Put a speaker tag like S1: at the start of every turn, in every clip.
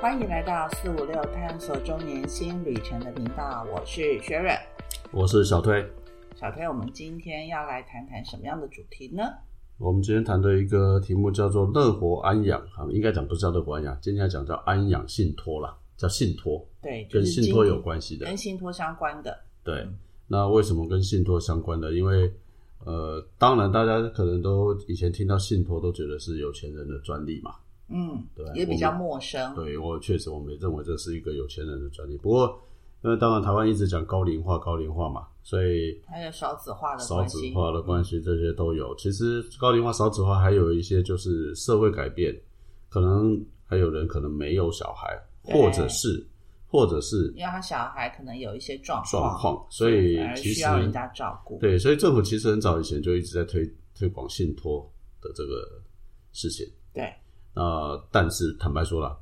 S1: 欢迎来到四五六探索中年新旅程的频道，我是雪蕊。
S2: 我是小推。
S1: 小推，我们今天要来谈谈什么样的主题呢？
S2: 我们今天谈的一个题目叫做“乐活安养”啊，应该讲不是叫乐活安养，今天要讲叫安养信托啦，叫信托，
S1: 对，就
S2: 跟
S1: 是
S2: 信托有关系
S1: 系
S2: 的
S1: 跟。信托相关的。
S2: 对，那为什么跟信托相关的？因为呃，当然大家可能都以前听到信托都觉得是有钱人的专利嘛，
S1: 嗯，
S2: 对
S1: 也比较
S2: 我们
S1: 陌生。
S2: 对我确实我们也认为这是一个有钱人的专利。不过，因为当然台湾一直讲高龄化，高龄化嘛，所以
S1: 还有少子化的
S2: 少
S1: 关
S2: 子
S1: 系，
S2: 化的关系，这些都有。其实高龄化、少子化还有一些就是社会改变，可能还有人可能没有小孩，
S1: 对
S2: 或者是或者是
S1: 因为他小孩可能有一些状
S2: 状况，所以
S1: 反而
S2: 其
S1: 需
S2: 实
S1: 要人家照顾。
S2: 对，所以政府其实很早以前就一直在推推广信托的这个事情。
S1: 对，
S2: 那、但是坦白说了，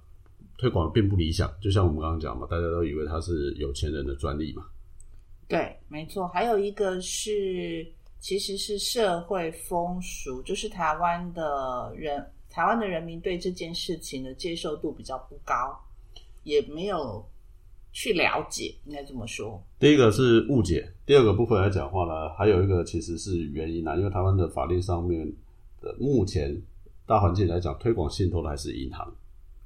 S2: 推广并不理想，就像我们刚刚讲嘛，大家都以为它是有钱人的专利嘛。
S1: 对，没错。还有一个是，其实是社会风俗，就是台湾的人，台湾的人民对这件事情的接受度比较不高，也没有去了解，应该这么说。
S2: 第一个是误解，第二个部分来讲话呢，还有一个其实是原因啊，因为台湾的法律上面的目前大环境来讲，推广信托的还是银行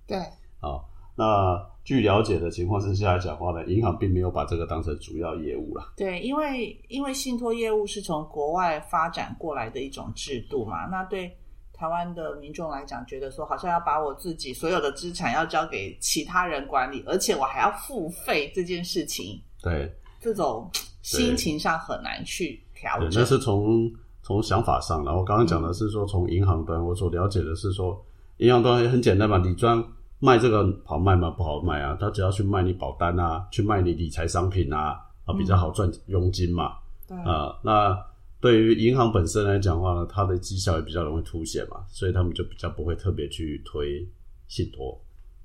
S1: 对，
S2: 啊。那据了解的情况之下来讲话呢，银行并没有把这个当成主要业务啦。
S1: 对，因为因为信托业务是从国外发展过来的一种制度嘛，那对台湾的民众来讲，觉得说好像要把我自己所有的资产要交给其他人管理，而且我还要付费这件事情，
S2: 对，
S1: 这种心情上很难去调
S2: 对，
S1: 整。
S2: 那是从从想法上，然后刚刚讲的是说从银行端，我所了解的是说，银行端也很简单嘛，理专卖这个好卖吗？不好卖啊，他只要去卖你保单啊，去卖你理财商品啊，啊比较好赚佣金嘛，
S1: 对
S2: 啊、那。对于银行本身来讲的话呢，它的绩效也比较容易凸显嘛，所以他们就比较不会特别去推信托。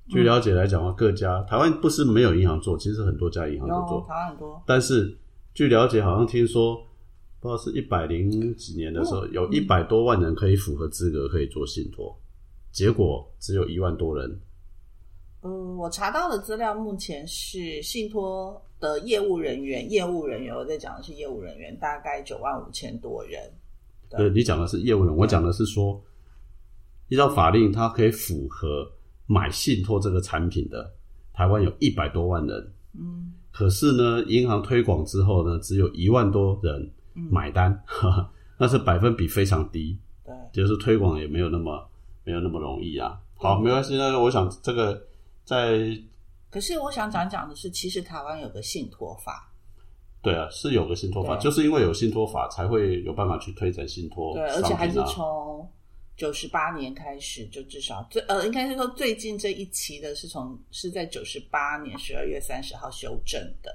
S2: 据了解来讲的话，各家台湾不是没有银行做，其实很多家银行都做
S1: 有，台湾很多，
S2: 但是据了解，好像听说不知道是一百零几年的时候，有一百多万人可以符合资格可以做信托，结果只有一万多人。
S1: 嗯，我查到的资料目前是信托的业务人员，业务人员我在讲的是业务人员，大概九万五千多人。对
S2: 对，你讲的是业务人，我讲的是说，依照法令，它可以符合买信托这个产品的台湾有一百多万人，
S1: 嗯，
S2: 可是呢，银行推广之后呢，只有一万多人
S1: 嗯
S2: 买单， 哈哈，那是百分比非常低。
S1: 对，
S2: 就是推广也没有那么没有那么容易啊。好，没关系。那我想这个在
S1: 可是我想讲讲的是，其实台湾有个信托法，
S2: 对啊，是有个信托法，
S1: 对
S2: 就是因为有信托法才会有办法去推展信托
S1: 对，
S2: 商
S1: 而且
S2: 品啊。
S1: 还是从九十八年开始，就至少最呃，应该是说最近这一期的是从是在九十八年十二月三十号修正的。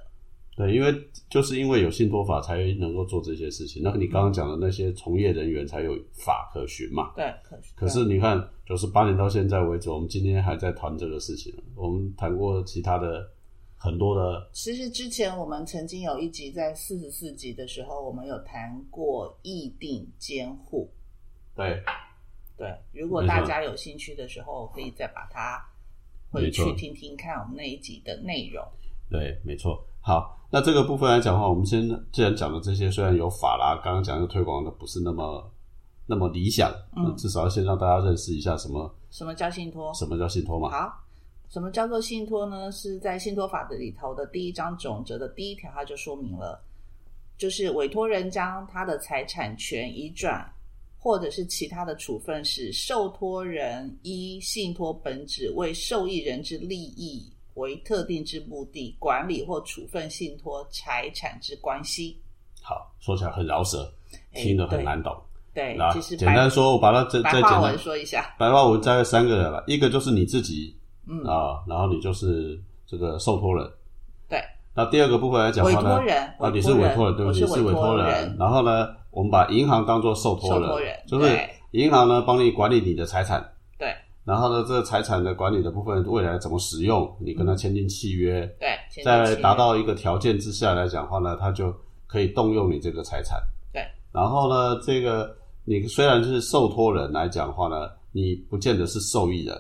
S2: 对，因为就是因为有信托法才能够做这些事情。那你刚刚讲的那些从业人员才有法可循嘛。
S1: 对，可是
S2: 可是你看，九十八年到现在为止，我们今天还在谈这个事情。我们谈过其他的很多的
S1: 其实之前我们曾经有一集在四十四集的时候，我们有谈过议定监护。
S2: 对
S1: 对，如果大家有兴趣的时候，可以再把它回去
S2: 没错
S1: 听听看我们那一集的内容。
S2: 对，没错。好，那这个部分来讲的话，我们先既然讲了这些，虽然有法啦，刚刚讲的推广的不是那么那么理想，
S1: 嗯
S2: 那至少要先让大家认识一下什么
S1: 什么叫信托？
S2: 什么叫信托嘛。
S1: 好，什么叫做信托呢？是在信托法的里头的第一章总则的第一条，它就说明了，就是委托人将他的财产权移转或者是其他的处分，使受托人依信托本旨为受益人之利益为特定之目的，管理或处分信托财产之关系。
S2: 好，说起来很饶舌，
S1: 哎
S2: 听得很难懂。
S1: 对，
S2: 那
S1: 其实
S2: 简
S1: 白
S2: 单说，我把它再
S1: 白
S2: 再简
S1: 话
S2: 单
S1: 文说一下，
S2: 白话文大概三个人了，一个就是你自己
S1: 嗯，
S2: 啊，然后你就是这个受托人。
S1: 对。
S2: 那第二个部分来讲的
S1: 委
S2: 话呢
S1: 托，人，
S2: 啊，你是委托人，对不
S1: 我
S2: 起，
S1: 是
S2: 你是委托人。然后呢，我们把银行当做受托
S1: 受托人
S2: 就是
S1: 对
S2: 银行呢帮你管理你的财产。
S1: 对。
S2: 然后呢，这个财产的管理的部分，未来怎么使用，你跟他签订契约，
S1: 对，签订
S2: 在
S1: 契约
S2: 达到一个条件之下来讲的话呢，他就可以动用你这个财产。
S1: 对。
S2: 然后呢，这个你虽然是受托人来讲的话呢，你不见得是受益人，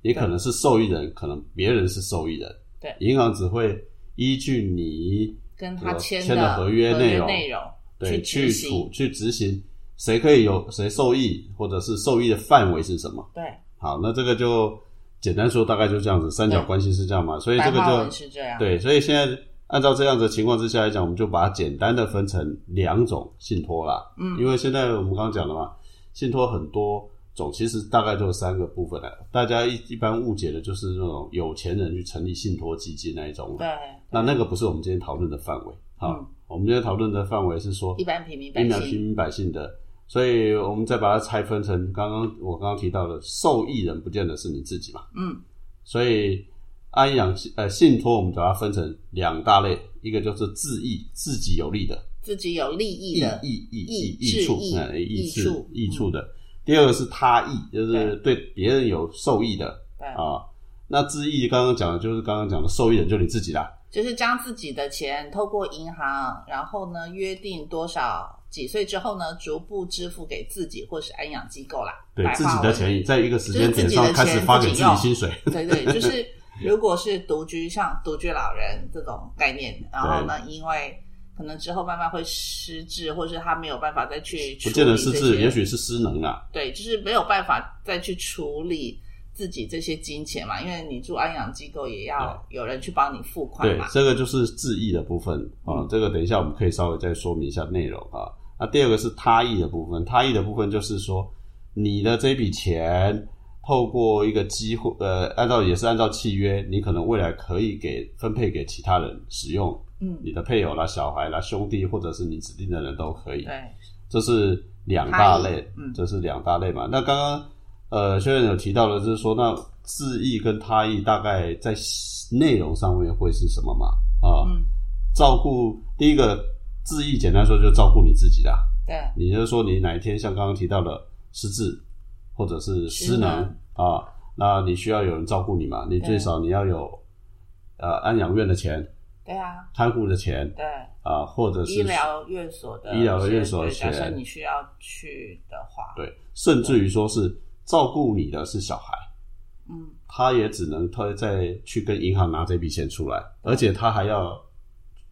S2: 也可能是受益人，可能别人是受益人。
S1: 对
S2: 银行只会依据你
S1: 跟他
S2: 我
S1: 签
S2: 签的合约内
S1: 内
S2: 容对
S1: 去
S2: 去
S1: 执
S2: 处
S1: 行。
S2: 去执行，谁可以有谁受益，或者是受益的范围是什么？
S1: 对，
S2: 好，那这个就简单说，大概就这样子，三角
S1: 对
S2: 关系是这样嘛，所以这
S1: 白
S2: 个
S1: 话文
S2: 就是
S1: 这样。
S2: 对，所以现在按照这样的情况之下来讲，我们就把它简单的分成两种信托啦。
S1: 嗯
S2: 因为现在我们刚刚讲了嘛，信托很多种，其实大概就有三个部分了。大家一一般误解的就是那种有钱人去成立信托基金那一种。
S1: 对，
S2: 那那个不是我们今天讨论的范围。好，
S1: 嗯
S2: 我们今天讨论的范围是说
S1: 一般平民百
S2: 疫苗平
S1: 姓。
S2: 民百姓的，所以我们再把它拆分成刚刚我刚刚提到的受益人，不见得是你自己嘛。
S1: 嗯，
S2: 所以安养呃信托，我们把它分成两大类，一个就是自益自己有利的
S1: 自己有利益
S2: 益
S1: 的，
S2: 益益
S1: 益
S2: 益益处
S1: 致益
S2: 哎益
S1: 益
S2: 处
S1: 处
S2: 益处的，第二个是他益，就是对别人有受益的
S1: 对，
S2: 啊。那自益刚刚讲的就是刚刚讲的受益人就是你自己啦，
S1: 就是将自己的钱透过银行，然后呢约定多少几岁之后呢，逐步支付给自己或是安养机构啦。
S2: 对
S1: 白
S2: 自
S1: 话
S2: 己的
S1: 文
S2: 钱在一个时间
S1: 就是自
S2: 点
S1: 己的
S2: 上开始
S1: 钱
S2: 发
S1: 自
S2: 给
S1: 己
S2: 自己
S1: 用
S2: 薪水，
S1: 对对， 就是如果是独居，像独居老人这种概念，然后呢，因为可能之后慢慢会失智，或是他没有办法再去处理
S2: 不见得失
S1: 这
S2: 智，
S1: 些
S2: 也许是失能啊。
S1: 对，就是没有办法再去处理自己这些金钱嘛，因为你住安养机构也要有人去帮你付款
S2: 对
S1: 嘛，，
S2: 这个就是致意的部分啊、
S1: 嗯
S2: 这个等一下我们可以稍微再说明一下内容啊。那第二个是他意的部分，他意的部分就是说，你的这笔钱透过一个机会，呃，按照也是按照契约，你可能未来可以给分配给其他人使用，
S1: 嗯，
S2: 你的配偶啦、小孩啦、兄弟或者是你指定的人都可以。
S1: 对，
S2: 这是两
S1: 差
S2: 大类
S1: 异，嗯
S2: 这是两大类嘛。那刚刚呃，学员有提到的，就是说那字义跟他义大概在内容上面会是什么嘛？啊，
S1: 嗯，
S2: 照顾第一个字义，简单说就是照顾你自己啦。
S1: 对，
S2: 你就是说你哪一天像刚刚提到的失智或者是失
S1: 失
S2: 能
S1: 能
S2: 啊，那你需要有人照顾你嘛？你
S1: 对
S2: 最少你要有呃安养院的钱、
S1: 对啊，
S2: 看护的钱
S1: 对，
S2: 啊，或者是
S1: 医疗院所的
S2: 医疗院所的
S1: 对假设
S2: 钱
S1: 你需要去的话，
S2: 对，甚至于说是照顾你的是小孩，
S1: 嗯，
S2: 他也只能他再去跟银行拿这笔钱出来，而且他还要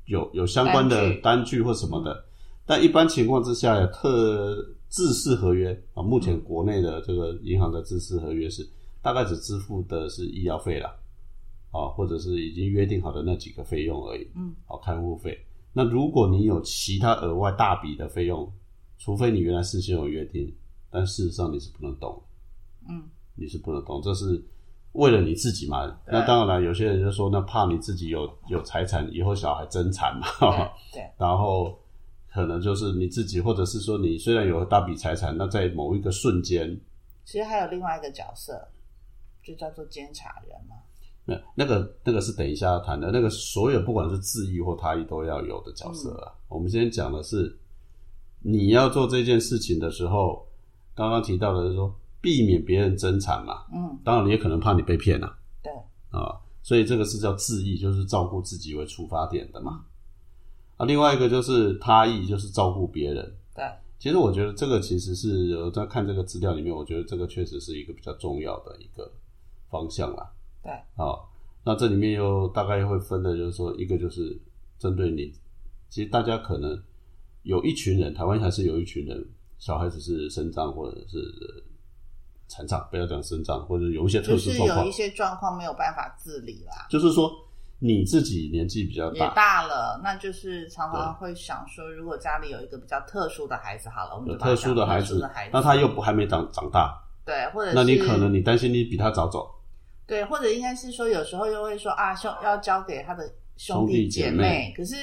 S2: 有有相关的
S1: 单据
S2: 单据或什么的。但一般情况之下，特自式合约啊，目前
S1: 嗯
S2: 国内的这个银行的自式合约是大概只支付的是医疗费啦，啊，或者是已经约定好的那几个费用而已，
S1: 嗯，
S2: 好看护费。那如果你有其他额外大笔的费用，除非你原来事先有约定，但事实上你是不能动的。
S1: 嗯，
S2: 你是不能动，这是为了你自己嘛。
S1: 对
S2: 那当然了，有些人就说，那怕你自己有有财产，以后小孩争产嘛，
S1: 对对
S2: 然后可能就是你自己，或者是说你虽然有大笔财产，那在某一个瞬间，
S1: 其实还有另外一个角色，就叫做监察人嘛，
S2: 那那个那个是等一下要谈的，那个所有不管是自意或他意都要有的角色
S1: 嗯
S2: 啊。我们今天讲的是你要做这件事情的时候，刚刚提到的是说避免别人争产嘛，
S1: 嗯，
S2: 当然你也可能怕你被骗啊。
S1: 对，
S2: 啊，所以这个是叫自意，就是照顾自己为出发点的嘛。啊，另外一个就是他意，就是照顾别人。
S1: 对，
S2: 其实我觉得这个其实是呃在看这个资料里面，我觉得这个确实是一个比较重要的一个方向啦。
S1: 对，
S2: 啊，那这里面又大概会分的，就是说一个就是针对你，其实大家可能有一群人，台湾还是有一群人，小孩子是身障或者是呃残障，不要讲身障，或者有一些特
S1: 就
S2: 殊
S1: 是
S2: 状况，
S1: 有一些状况没有办法自理啦。
S2: 就是说你自己年纪比较
S1: 也
S2: 大，
S1: 大了，那就是常常会想说，如果家里有一个比较特殊的孩子，好了，我们
S2: 有
S1: 就把它
S2: 特殊的
S1: 讲
S2: 孩
S1: 特殊
S2: 子
S1: 的孩，
S2: 那他又不还没长长大，
S1: 对，或者是
S2: 那你可能你担心你比他早走，
S1: 对，或者应该是说，有时候又会说啊，兄要交给他的
S2: 兄
S1: 兄
S2: 弟
S1: 弟
S2: 姐
S1: 姐
S2: 妹
S1: 可是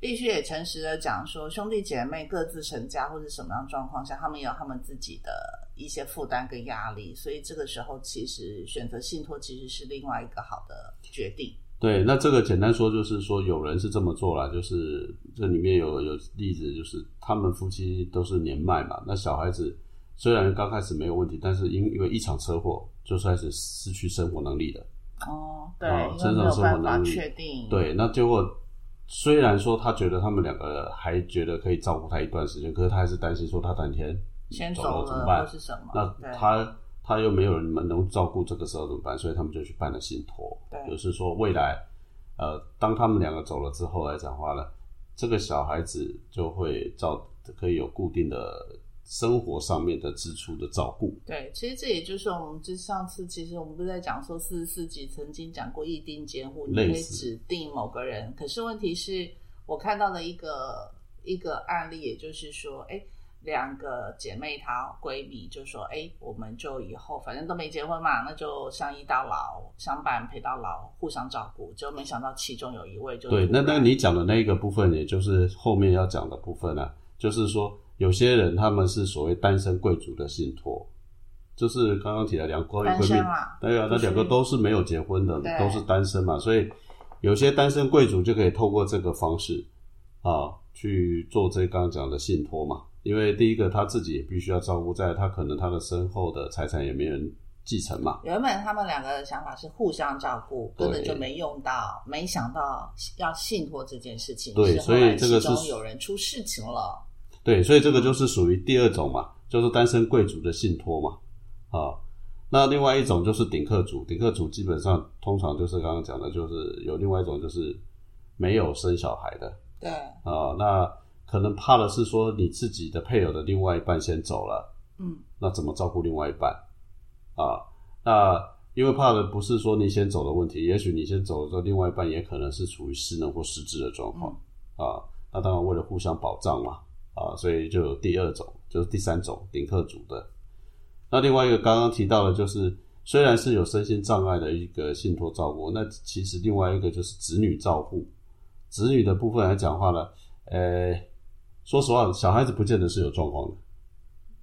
S1: 必须也诚实的讲说，兄弟姐妹各自成家或者什么样状况下，他们也有他们自己的一些负担跟压力，所以这个时候其实选择信托其实是另外一个好的决定。
S2: 对，那这个简单说就是说有人是这么做啦，就是这里面有有例子，就是他们夫妻都是年迈嘛，那小孩子虽然刚开始没有问题，但是因因为一场车祸就开始失去生活能力了。
S1: 哦，对，
S2: 哦
S1: 因
S2: 真
S1: 为
S2: 的
S1: 没有
S2: 是
S1: 办
S2: 很
S1: 法
S2: 难
S1: 确定，
S2: 对，那结果虽然说他觉得他们两个还觉得可以照顾他一段时间，可是他还是担心说他哪天
S1: 先
S2: 走
S1: 走
S2: 了怎么
S1: 了
S2: 办
S1: 或是什么，
S2: 那
S1: 对
S2: 他他又没有人能照顾这个时候怎么办？所以他们就去办了信托，
S1: 对
S2: 就是说未来，呃，当他们两个走了之后来讲话呢，这个小孩子就会照可以有固定的生活上面的支出的照顾，
S1: 对，其实这也就是我们就上次，其实我们不是在讲说四十四集曾经讲过议定监护，你可
S2: 类
S1: 以
S2: 似
S1: 指定某个人。可是问题是我看到的一个一个案例，也就是说，哎，两个姐妹她闺蜜就说，哎，我们就以后反正都没结婚嘛，那就相依到老，相伴陪到老，互相照顾。结果没想到其中有一位就
S2: 对，
S1: 突
S2: 那那
S1: 然
S2: 你讲的那一个部分，也就是后面要讲的部分啊，就是说有些人他们是所谓单身贵族的信托，就是刚刚提的两关于
S1: 单
S2: 闺蜜
S1: 身，嘛，
S2: 对啊，
S1: 就
S2: 那
S1: 是
S2: 两个都是没有结婚的
S1: 对，
S2: 都是单身嘛，所以有些单身贵族就可以透过这个方式啊去做这刚刚讲的信托嘛，因为第一个他自己也必须要照顾，在他可能他的身后的财产也没人继承嘛，
S1: 原本他们两个的想法是互相照顾，
S2: 对
S1: 根本就没用到，没想到要信托这件事情。
S2: 对
S1: 是后来
S2: 所以这个
S1: 其中
S2: 是
S1: 有人出事情了，
S2: 对，所以这个就是属于第二种嘛，就是单身贵族的信托嘛，啊，那另外一种就是顶客族，顶客族基本上通常就是刚刚讲的，就是有另外一种就是没有生小孩的
S1: 对
S2: 啊，那可能怕的是说你自己的配偶的另外一半先走了，
S1: 嗯，
S2: 那怎么照顾另外一半啊？那因为怕的不是说你先走的问题，也许你先走了之后，另外一半也可能是处于失能或失智的状况。
S1: 嗯，
S2: 啊，那当然为了互相保障嘛，啊，所以就有第二种，就是第三种顶客族的。那另外一个刚刚提到的，就是虽然是有身心障碍的一个信托照顾，那其实另外一个就是子女照护。子女的部分来讲话呢，呃，说实话，小孩子不见得是有状况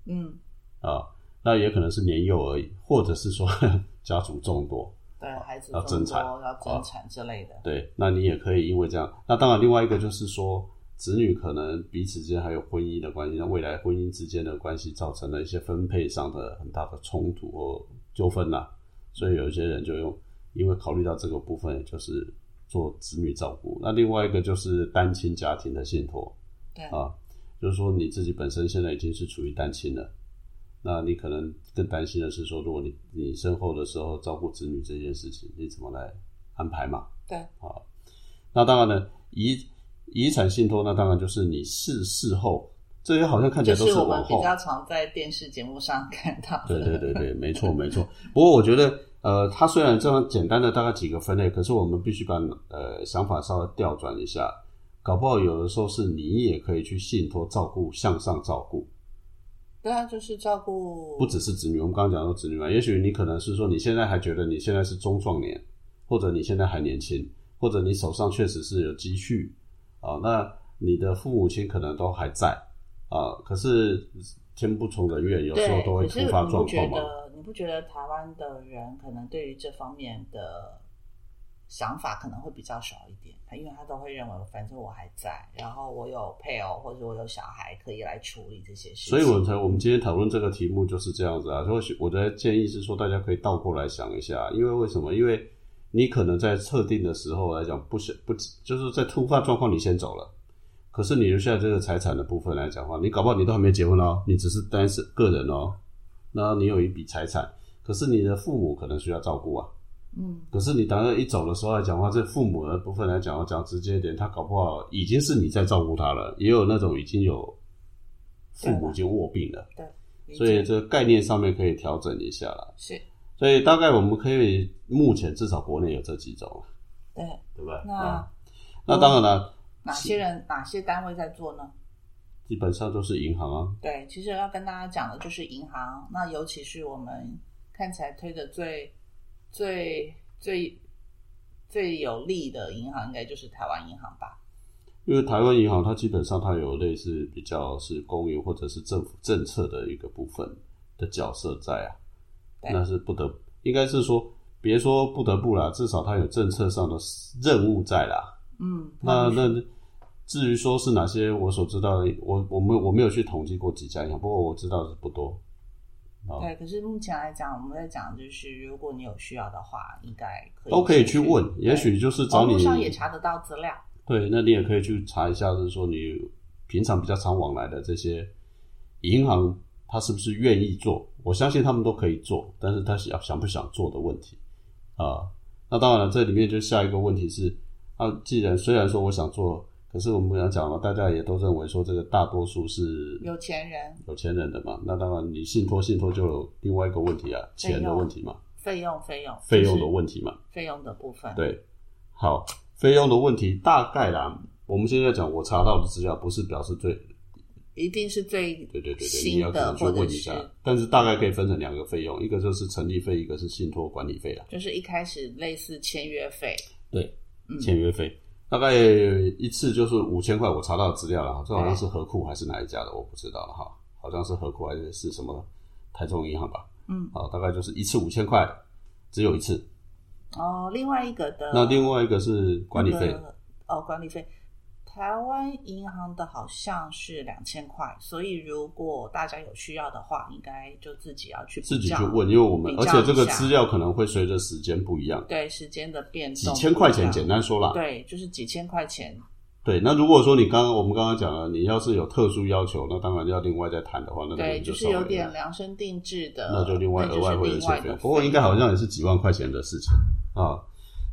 S1: 嗯，
S2: 的啊，那也可能是年幼而已，或者是说 家族众多，
S1: 对孩子
S2: 要
S1: 这么
S2: 增
S1: 多
S2: 产
S1: 要增产之类的，
S2: 对，那你也可以因为这样。那当然，另外一个就是说，子女可能彼此之间还有婚姻的关系，那未来婚姻之间的关系造成了一些分配上的很大的冲突或纠纷啦、所以有一些人就用，因为考虑到这个部分，就是做子女照顾。那另外一个就是单亲家庭的信托，
S1: 对
S2: 啊，就是说你自己本身现在已经是处于单亲了，那你可能更担心的是说，如果你你身后的时候照顾子女这件事情，你怎么来安排嘛？
S1: 对
S2: 啊，那当然呢，遗遗产信托那当然就是你事事后，这些好像看起
S1: 就
S2: 来都
S1: 是我
S2: 往
S1: 们比
S2: 后，
S1: 较常在电视节目上 看到的，
S2: 对对对对，没错没错。不过我觉得，呃，它虽然这样简单的大概几个分类，可是我们必须把呃想法稍微调转一下，搞不好有的时候是你也可以去信托照顾，向上照顾，
S1: 对啊，就是照顾
S2: 不只是子女。我们刚刚讲到子女嘛，也许你可能是说你现在还觉得你现在是中壮年，或者你现在还年轻，或者你手上确实是有积蓄啊，那你的父母亲可能都还在啊，可是天不从人愿，有
S1: 对，
S2: 时候都会
S1: 可
S2: 突
S1: 是
S2: 发
S1: 你不
S2: 状
S1: 觉
S2: 况嘛。
S1: 得你不觉得台湾的人可能对于这方面的想法可能会比较少一点？他因为他都会认为，反正我还在，然后我有配偶或者我有小孩可以来处理这些事情。
S2: 所以我才我们今天讨论这个题目就是这样子啊。所以我的建议是说，大家可以倒过来想一下，因为为什么？因为你可能在测定的时候来讲，不想不就是在突发状况你先走了，可是你留下这个财产的部分来讲的话，你搞不好你都还没结婚哦，你只是单身个人哦，那你有一笔财产，可是你的父母可能需要照顾啊。
S1: 嗯，
S2: 可是你当然一走的时候来讲的话，这父母的部分来讲，我讲直接一点，他搞不好已经是你在照顾他了，也有那种已经有父母已经卧病了，
S1: 理解
S2: 所以这个概念上面可以调整一下啦。
S1: 是
S2: 所以大概我们可以目前至少国内有这几种，
S1: 对
S2: 对吧？
S1: 那
S2: 啊那当然了，
S1: 哪些人哪些单位在做呢？
S2: 基本上都是银行啊，
S1: 对，其实要跟大家讲的就是银行，那尤其是我们看起来推的最最最最有利的银行，应该就是台湾银行吧。
S2: 因为台湾银行它基本上它有类似比较是公营或者是政府政策的一个部分的角色在啊，
S1: 对
S2: 那是不得，应该是说别说不得不啦，至少它有政策上的任务在啦。
S1: 嗯，
S2: 那那至于说是哪些，我所知道的，我我没有我没有去统计过几家银行，不过我知道是不多。啊
S1: 对，可是目前来讲，我们在讲就是，如果你有需要的话，应该可以
S2: 都可以去
S1: 去
S2: 问，也许
S1: 对
S2: 就是找
S1: 网
S2: 你
S1: 络上也查得到资料。
S2: 对，那你也可以去查一下，就是说你平常比较常往来的这些银行他是不是愿意做，我相信他们都可以做，但是他想想不想做的问题啊、那当然了，这里面就下一个问题是，啊，既然虽然说我想做，可是我们刚讲了，大家也都认为说这个大多数是
S1: 有钱人
S2: 有钱人的嘛，那当然你信托信托就有另外一个问题啊，
S1: 费用
S2: 钱的问题嘛，
S1: 费用费用
S2: 费用的
S1: 就是
S2: 问题嘛，
S1: 费用的部分，
S2: 对，好，费用的问题大概啦，我们现在讲我查到的资料不是表示最
S1: 一定是最
S2: 对对对对，你
S1: 新
S2: 要可
S1: 的
S2: 能去
S1: 或
S2: 问
S1: 者
S2: 一下
S1: 是，
S2: 但是大概可以分成两个费用，一个就是成立费，一个是信托管理费啦，
S1: 就是一开始类似签约费，
S2: 对，
S1: 嗯，
S2: 签约费。大概一次就是五千块，我查到的资料了哈，这好像
S1: 对
S2: 是和库还是哪一家的，我不知道了哈，好像是和库还是是什么台中银行吧，
S1: 嗯
S2: 好，大概就是一次五千块，只有一次。
S1: 哦，另外一个的
S2: 那另外一个是管理费
S1: 那，个哦，管理费，台湾银行的好像是两千块，所以如果大家有需要的话，应该就自己要去比
S2: 自己
S1: 较
S2: 去问，因为我们
S1: 比较
S2: 而
S1: 一下
S2: 且这个资料可能会随着时间不一样，
S1: 对时间的变动，
S2: 几千块钱，简单说啦，
S1: 啊对，就是几千块钱，
S2: 对，那如果说你刚刚我们刚刚讲了，你要是有特殊要求，那当然要另外再谈的话，那
S1: 对，
S2: 个
S1: 就是
S2: 稍微
S1: 有点量身定制的，
S2: 那就另外
S1: 那
S2: 额
S1: 是
S2: 外会有一
S1: 另
S2: 些
S1: 外
S2: 费
S1: 的
S2: 用，不过应该好像也是几万块钱的事情啊。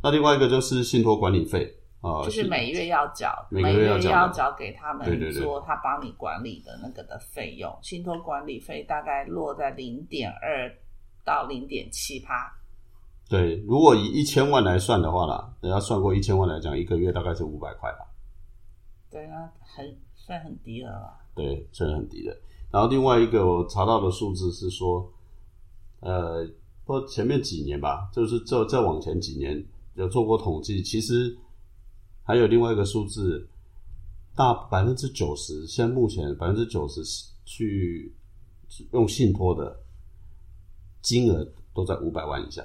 S2: 那另外一个就是信托管理费啊，
S1: 就是每月要缴，
S2: 每
S1: 每
S2: 个月要缴的
S1: 要缴给他
S2: 对对
S1: 们
S2: 对
S1: 做他帮你管理的那个的费用，信托管理费大概落在零点二到零点七趴，
S2: 对，如果以一千万来算的话啦，人家算过一千万来讲，一个月大概是五百块吧，
S1: 对，那很算很低了啦。
S2: 对，这是很低的。然后另外一个我查到的数字是说，呃，不前面几年吧，就是再再往前几年有做过统计，其实还有另外一个数字，大百分之九十，现在目前百分之九十去用信托的金额都在五百万以下。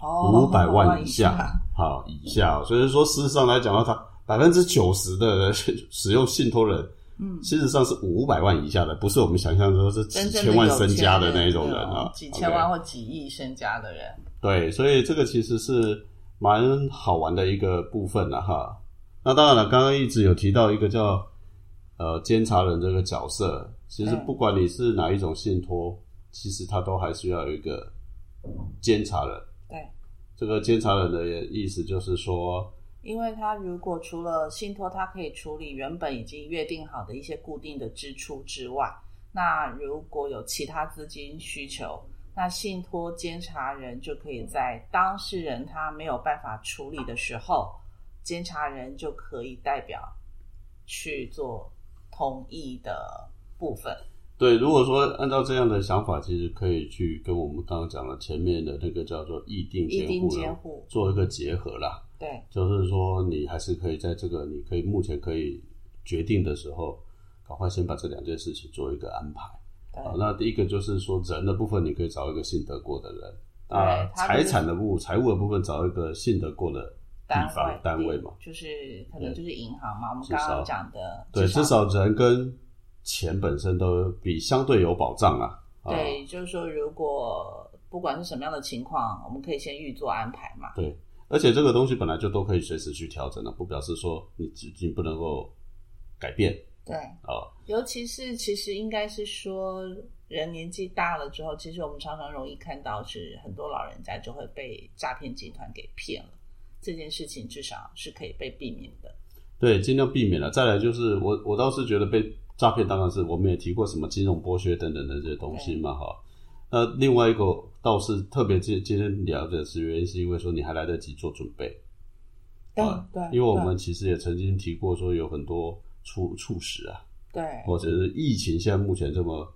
S1: 哦，
S2: 五百万
S1: 以
S2: 以下，好以下，哦所以说事实上来讲的话，它百分之九十的人 使用信托人，
S1: 嗯
S2: 事实上是五百万以下的，不是我们想象中是几
S1: 真正
S2: 千万
S1: 有
S2: 身
S1: 钱
S2: 家的那一种人啊
S1: 嗯，几千万
S2: OK
S1: 或几亿身家的人，
S2: 对，所以这个其实是蛮好玩的一个部分了、哈。那当然了，刚刚一直有提到一个叫呃监察人这个角色，其实
S1: 嗯
S2: 不管你是哪一种信托，其实他都还是要有一个监察人。
S1: 对，
S2: 这个监察人的意思就是说，
S1: 因为他如果除了信托，他可以处理原本已经约定好的一些固定的支出之外，那如果有其他资金需求，那信托监察人就可以在当事人他没有办法处理的时候，监察人就可以代表去做同意的部分。
S2: 对，如果说按照这样的想法，其实可以去跟我们刚刚讲的前面的那个叫做议定
S1: 一
S2: 监
S1: 定
S2: 护
S1: 监
S2: 人
S1: 护，
S2: 做一个结合啦。
S1: 对
S2: 就是说，你还是可以在这个你可以目前可以决定的时候，赶快先把这两件事情做一个安排。
S1: 对
S2: 好，那第一个就是说人的部分，你可以找一个信得过的人。啊，
S1: 对他就
S2: 财
S1: 是
S2: 产的部财务的部分找一个信得过的
S1: 单
S2: 地
S1: 位
S2: 方单位嘛，
S1: 就是可能就是银行嘛，我们
S2: 至
S1: 刚
S2: 少
S1: 刚讲的，
S2: 对，至少人跟钱本身都比相对有保障啦。啊，
S1: 对，就是说，如果不管是什么样的情况，我们可以先预做安排嘛。
S2: 对，而且这个东西本来就都可以随时去调整的，不表示说你只你不能够改变
S1: 对，
S2: 啊、
S1: 尤其是其实应该是说，人年纪大了之后，其实我们常常容易看到是很多老人家就会被诈骗集团给骗了，这件事情至少是可以被避免的。
S2: 对，尽量避免了。再来就是我我倒是觉得被诈骗，当然是我们也提过什么金融剥削等等的这些东西嘛哈。那另外一个倒是特别今今天聊的是原因，是因为说你还来得及做准备。啊
S1: 对
S2: 因为我们其实也曾经提过说有很多促促使啊，
S1: 对
S2: 或者是疫情现在目前这么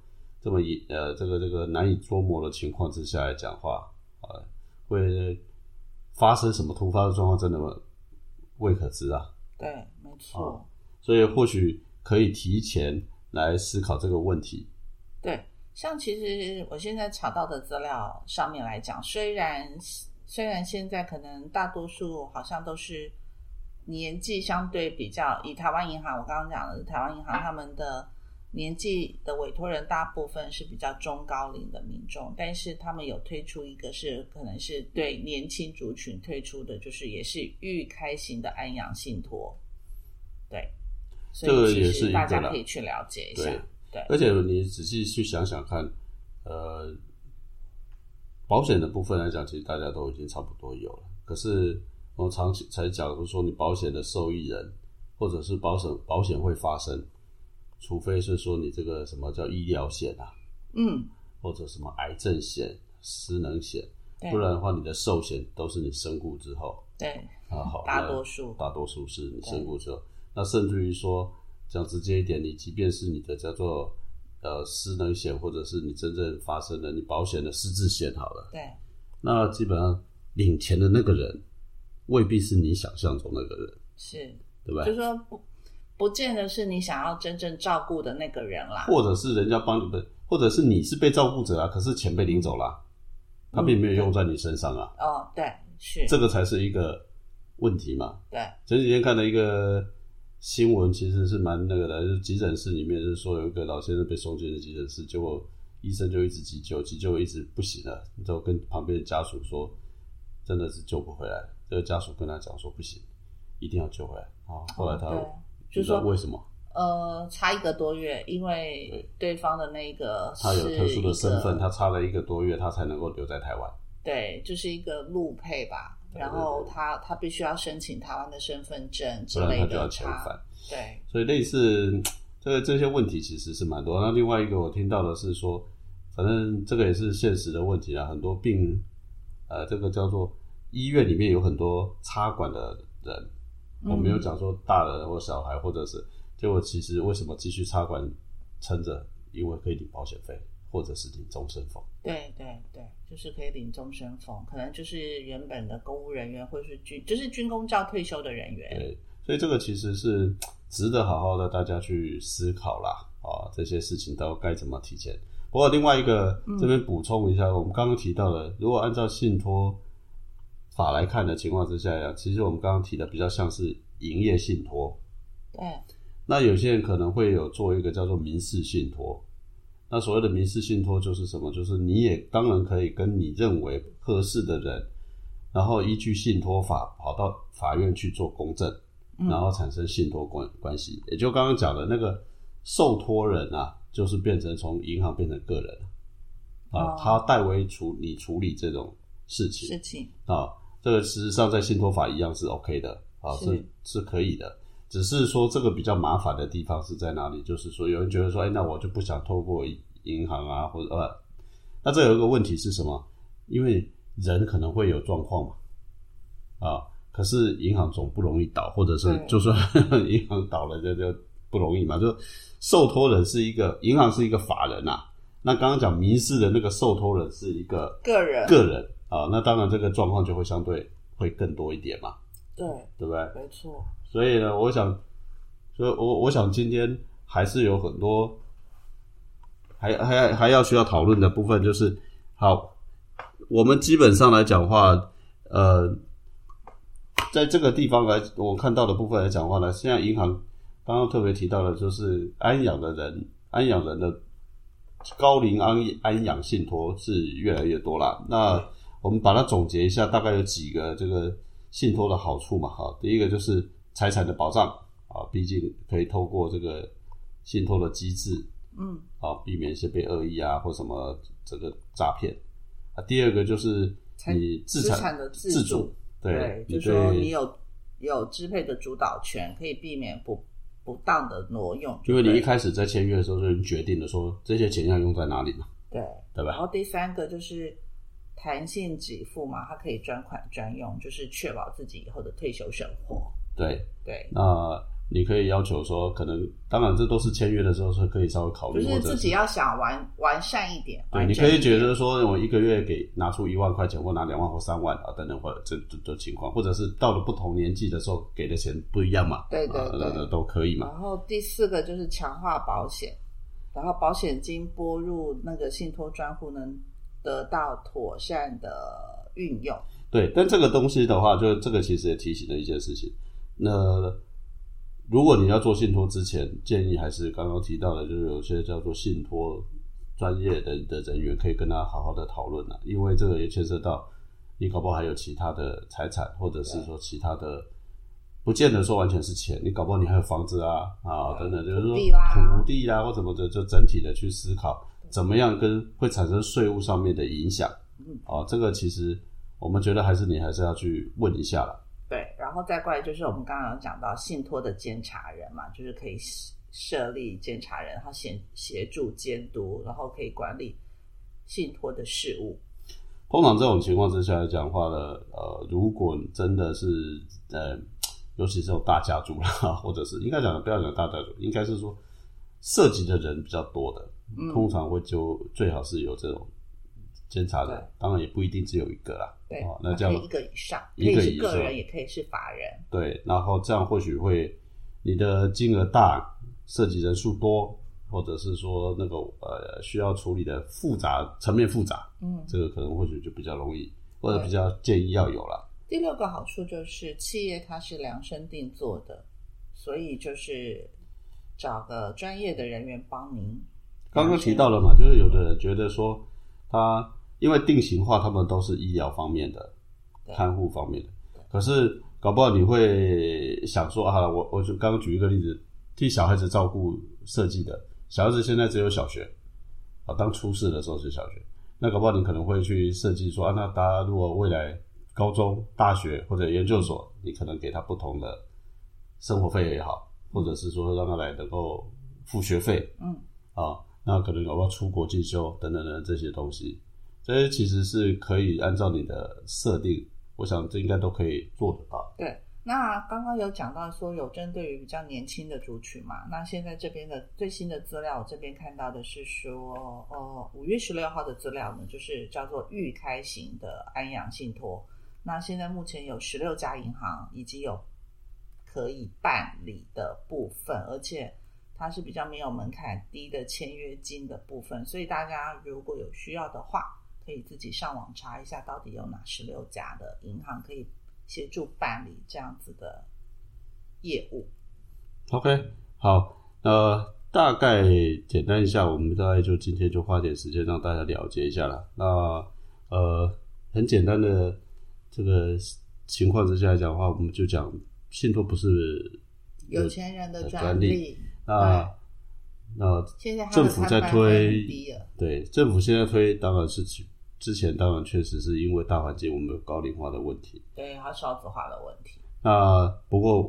S2: 这么一呃这个这个难以捉摸的情况之下来讲话，呃，会发生什么突发的状况，真的未可知啊。
S1: 对，没错，
S2: 所以或许可以提前来思考这个问题。
S1: 对。像其实我现在查到的资料上面来讲，虽然虽然现在可能大多数好像都是年纪相对比较，以台湾银行我刚刚讲的台湾银行他们的年纪的委托人大部分是比较中高龄的民众，但是他们有推出一个是可能是对年轻族群推出的，就是也是预开型的安养信托，对，所
S2: 这个
S1: 以
S2: 也
S1: 其
S2: 是一
S1: 实
S2: 个
S1: 大家
S2: 啦
S1: 可以去了解一下
S2: 对，
S1: 对
S2: 而且你仔细去想想看，呃，保险的部分来讲，其实大家都已经差不多有了。可是我常才讲，就是说你保险的受益人，或者是保险保险会发生，除非是说你这个什么叫医疗险啊，
S1: 嗯，
S2: 或者什么癌症险、失能险，
S1: 对
S2: 不然的话，你的寿险都是你身故之后
S1: 对，
S2: 啊，好，
S1: 大
S2: 那
S1: 多数
S2: 大多数是你身故之后，那甚至于说讲直接一点，你即便是你的叫做呃失能险，或者是你真正发生了你保险的失智险好了，
S1: 对
S2: 那基本上领钱的那个人未必是你想象中那个人，
S1: 是，
S2: 对吧
S1: 就？说不不见得是你想要真正照顾的那个人啦，
S2: 或者是人家帮你的，或者是你是被照顾者啊，可是钱被领走了啊、他并没有用在你身上啊，
S1: 哦，对，是，
S2: 这个才是一个问题嘛。
S1: 对，
S2: 前几天看了一个新闻，其实是蛮那个的，就是急诊室里面就是说有一个老先生被送进了急诊室，结果医生就一直急救，急救一直不行了，就跟旁边的家属说，真的是救不回来。这个家属跟他讲说不行，一定要救回来啊。后来他
S1: 哦对
S2: 不
S1: 就是
S2: 知道
S1: 说
S2: 为什么
S1: 呃，差一个多月，因为对方的那个
S2: 他有特殊
S1: 是一
S2: 的身份，
S1: 个
S2: 他差了一个多月，他才能够留在台湾。
S1: 对，就是一个陆配吧，
S2: 对
S1: 然
S2: 对
S1: 后
S2: 对
S1: 他他必须要申请台湾的身份证之
S2: 不然
S1: 类
S2: 他就要
S1: 的，
S2: 遣返。
S1: 对，
S2: 所以类似这个这些问题其实是蛮多。那另外一个我听到的是说，反正这个也是现实的问题啊，很多病，呃，这个叫做医院里面有很多插管的人，
S1: 嗯
S2: 我没有讲说大人或小孩，或者是结果其实为什么继续插管撑着，因为可以领保险费，或者是领终身俸。
S1: 对对对，就是可以领终身俸，可能就是原本的公务人员或是军，就是军工照退休的人员，
S2: 对，所以这个其实是值得好好的大家去思考啦，啊，这些事情都该怎么提前。不过另外一个
S1: 嗯
S2: 这边补充一下，我们刚刚提到的，如果按照信托法来看的情况之下呀，其实我们刚刚提的比较像是营业信托，
S1: 对，
S2: 那有些人可能会有做一个叫做民事信托。那所谓的民事信托就是什么？就是你也当然可以跟你认为合适的人，然后依据信托法跑到法院去做公证。
S1: 嗯
S2: 然后产生信托关关系，也就刚刚讲的那个受托人啊，就是变成从银行变成个人啊
S1: 哦，
S2: 他代为处你处理这种事
S1: 事
S2: 情
S1: 情，
S2: 啊，这个事实上在信托法一样是 OK 的啊，
S1: 是
S2: 是是可以的，只是说这个比较麻烦的地方是在哪里？就是说有人觉得说，哎，那我就不想透过银行啊，或者呃，那这有一个问题是什么？因为人可能会有状况嘛，啊，可是银行总不容易倒，或者是
S1: 对
S2: 就算 银行倒了，这就不容易嘛。就受托人是一个银行是一个法人啊，那刚刚讲民事的那个受托人是一个
S1: 个人，
S2: 个人啊，那当然这个状况就会相对会更多一点嘛，
S1: 对，
S2: 对不对？
S1: 没错，
S2: 所以呢，我想，所以我我想今天还是有很多还还还要需要讨论的部分，就是好，我们基本上来讲的话，呃，在这个地方来我看到的部分来讲的话呢，现在银行刚刚特别提到的就是安养的人，安养人的高龄安安养信托是越来越多啦。那我们把它总结一下，大概有几个这个信托的好处嘛？哈，第一个就是财产的保障啊，毕竟可以透过这个信托的机制
S1: 嗯，
S2: 啊，避免一些被恶意啊或什么这个诈骗啊。第二个就是你
S1: 资
S2: 资产
S1: 产的自
S2: 自
S1: 主
S2: 主，对，
S1: 就是说你有有支配的主导权，可以避免不不当的挪用，
S2: 因为你一
S1: 对
S2: 开始在签约的时候就已经决定了说这些钱要用在哪里嘛，
S1: 对。
S2: 对
S1: 然
S2: 吧？
S1: 后第三个就是弹性给付嘛，它可以专款专用，就是确保自己以后的退休生活。
S2: 对，
S1: 对，
S2: 那你可以要求说，可能当然这都是签约的时候是可以稍微考
S1: 就
S2: 虑，或
S1: 是
S2: 者
S1: 自己要想完完善一点。
S2: 对，
S1: 完
S2: 你
S1: 整
S2: 可以
S1: 一
S2: 觉
S1: 点
S2: 得说，我一个月给拿出一万块钱，或拿两万或三万啊，等等，或者这这这情况，或者是到了不同年纪的时候给的钱不一样嘛，
S1: 对对
S2: 啊
S1: 对
S2: 那那都可以嘛。
S1: 然后第四个就是强化保险，然后保险金拨入那个信托专户能得到妥善的运用。
S2: 对，但这个东西的话，就这个其实也提醒了一件事情。那如果你要做信托之前，建议还是刚刚提到的，就是有些叫做信托专业的的人员可以跟他好好的讨论了、因为这个也牵涉到你搞不好还有其他的财产，或者是说其他的不见得说完全是钱，你搞不好你还有房子啊啊等等，就是说
S1: 土地啦
S2: 土地啦或什么的，就整体的去思考怎么样跟会产生税务上面的影响
S1: 嗯。
S2: 啊，这个其实我们觉得还是你还是要去问一下啦。
S1: 对，然后再过来就是我们刚刚有讲到信托的监察人嘛，就是可以设立监察人，他协协助监督，然后可以管理信托的事务。
S2: 通常这种情况之下来讲话呢，呃，如果真的是呃，尤其是有大家族啦， 或者是应该讲不要讲大家族，应该是说涉及的人比较多的，通
S1: 嗯，
S2: 常会就最好是有这种监察
S1: 对
S2: 人，当然也不一定只有一个啦。
S1: 对
S2: 哦，那
S1: 它
S2: 这样
S1: 可以一个以上，可
S2: 一
S1: 以
S2: 个
S1: 是
S2: 以
S1: 个
S2: 上
S1: 人，也可以是法人。
S2: 对，然后这样或许会你的金额大，涉及人数多，或者是说那个呃需要处理的复杂层面复杂，
S1: 嗯，
S2: 这个可能或许就比较容易，或者
S1: 对
S2: 比较建议要有啦。
S1: 第六个好处就是企业它是量身定做的，所以就是找个专业的人员帮您。
S2: 刚刚提到了
S1: 嗯
S2: 嘛，就是有的人觉得说他因为定型化，他们都是医疗方面的、
S1: 对
S2: 看护方面的，可是搞不好你会想说啊，我我就刚刚举一个例子，替小孩子照顾设计的小孩子现在只有小学啊，当出事的时候是小学，那搞不好你可能会去设计说啊，那大家如果未来高中、大学或者研究所，你可能给他不同的生活费也好，或者是说让他来能够付学费，
S1: 嗯，
S2: 啊，那可能搞不好出国进修等等等这些东西，这些其实是可以按照你的设定，我想这应该都可以做得到。
S1: 对，那刚刚有讲到说有针对于比较年轻的族群嘛，那现在这边的最新的资料，我这边看到的是说，呃，五月十六号的资料呢，就是叫做预开型的安阳信托。那现在目前有十六家银行已经有可以办理的部分，而且它是比较没有门槛低的签约金的部分，所以大家如果有需要的话，可以自己上网查一下到底有哪十六家的银行可以协助办理这样子的业务。
S2: OK，好，呃，大概简单一下，我们大概就今天就花点时间让大家了解一下啦。那呃，很简单的这个情况之下来讲的话，我们就讲信托不是
S1: 有钱人的
S2: 呃专
S1: 专
S2: 利
S1: 利，
S2: 那那
S1: 现在它的
S2: 政府
S1: 参
S2: 在
S1: 半分很
S2: 推
S1: 低了，
S2: 对政府现在推，当然是去之前当然确实是因为大环境我们有高龄化的问题。
S1: 对，还有少子化的问题。
S2: 那不过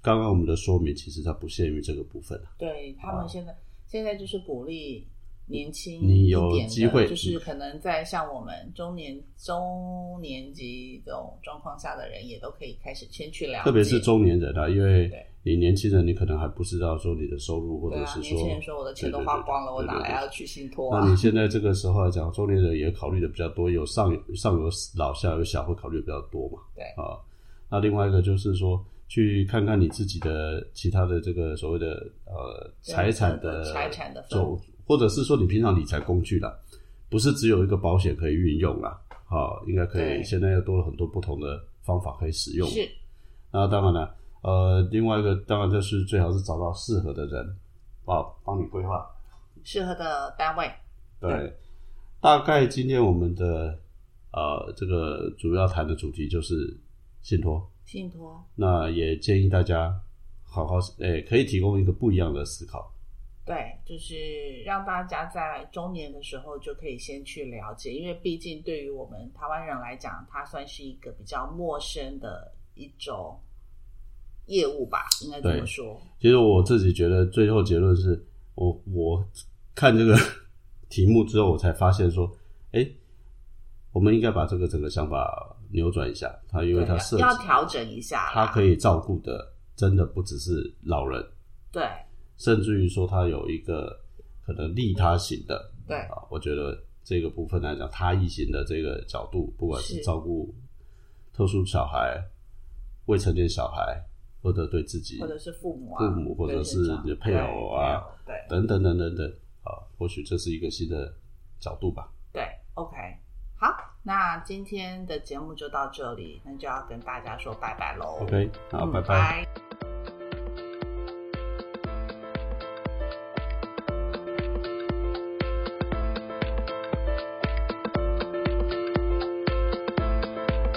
S2: 刚刚我们的说明其实它不限于这个部分啊
S1: 对他
S2: 啊
S1: 们现在、现在就是鼓励年轻
S2: 你
S1: 一
S2: 有
S1: 点的
S2: 机会
S1: 就是可能在像我们中年中年级这种状况下的人，也都可以开始先去了解，
S2: 特别是中年人啊，因为
S1: 对
S2: 你年轻人你可能还不知道说你的收入或
S1: 对
S2: 者
S1: 啊，
S2: 是
S1: 年轻人说我的钱都花光了，我哪来要去信托啊
S2: 那？你现在这个时候来讲，中年人也考虑的比较多，有上上有老下有小，会考虑比较多嘛？
S1: 对
S2: 啊。那另外一个就是说，去看看你自己的其他的这个所谓的呃
S1: 对
S2: 财产
S1: 对
S2: 的
S1: 对财产的分
S2: 走，或者是说你平常理财工具啦，不是只有一个保险可以运用啦。好、应该可
S1: 对
S2: 以，现在又多了很多不同的方法可以使用。
S1: 是，
S2: 那当然了，呃，另外一个当然就是最好是找到适合的人，啊，帮你规划。
S1: 适合的单位，
S2: 对，大概今天我们的呃这个主要谈的主题就是信托，
S1: 信托，
S2: 那也建议大家好好诶、可以提供一个不一样的思考。
S1: 对，就是让大家在中年的时候就可以先去了解，因为毕竟对于我们台湾人来讲，它算是一个比较陌生的一种业务吧，应该这么
S2: 对
S1: 说。
S2: 其实我自己觉得最后结论是我我看这个 题目之后，我才发现说，诶、我们应该把这个整个想法扭转一下，它因为它涉
S1: 对
S2: 及
S1: 要要调整一下啦
S2: 它可以照顾的真的不只是老人，
S1: 对
S2: 甚至于说它有一个可能利他型的。
S1: 对
S2: 啊，我觉得这个部分来讲，他异型的这个角度，不管是
S1: 是
S2: 照顾特殊小孩、未成年小孩，或者对自己
S1: 或者是父母啊，
S2: 父母或者是你的配偶啊
S1: 对，对
S2: 等等等等等啊，或许这是一个新的角度吧。
S1: 对，OK，好，那今天的节目就到这里，那就要跟大家说拜拜喽。
S2: OK，好，
S1: 嗯
S2: 拜拜。
S1: 拜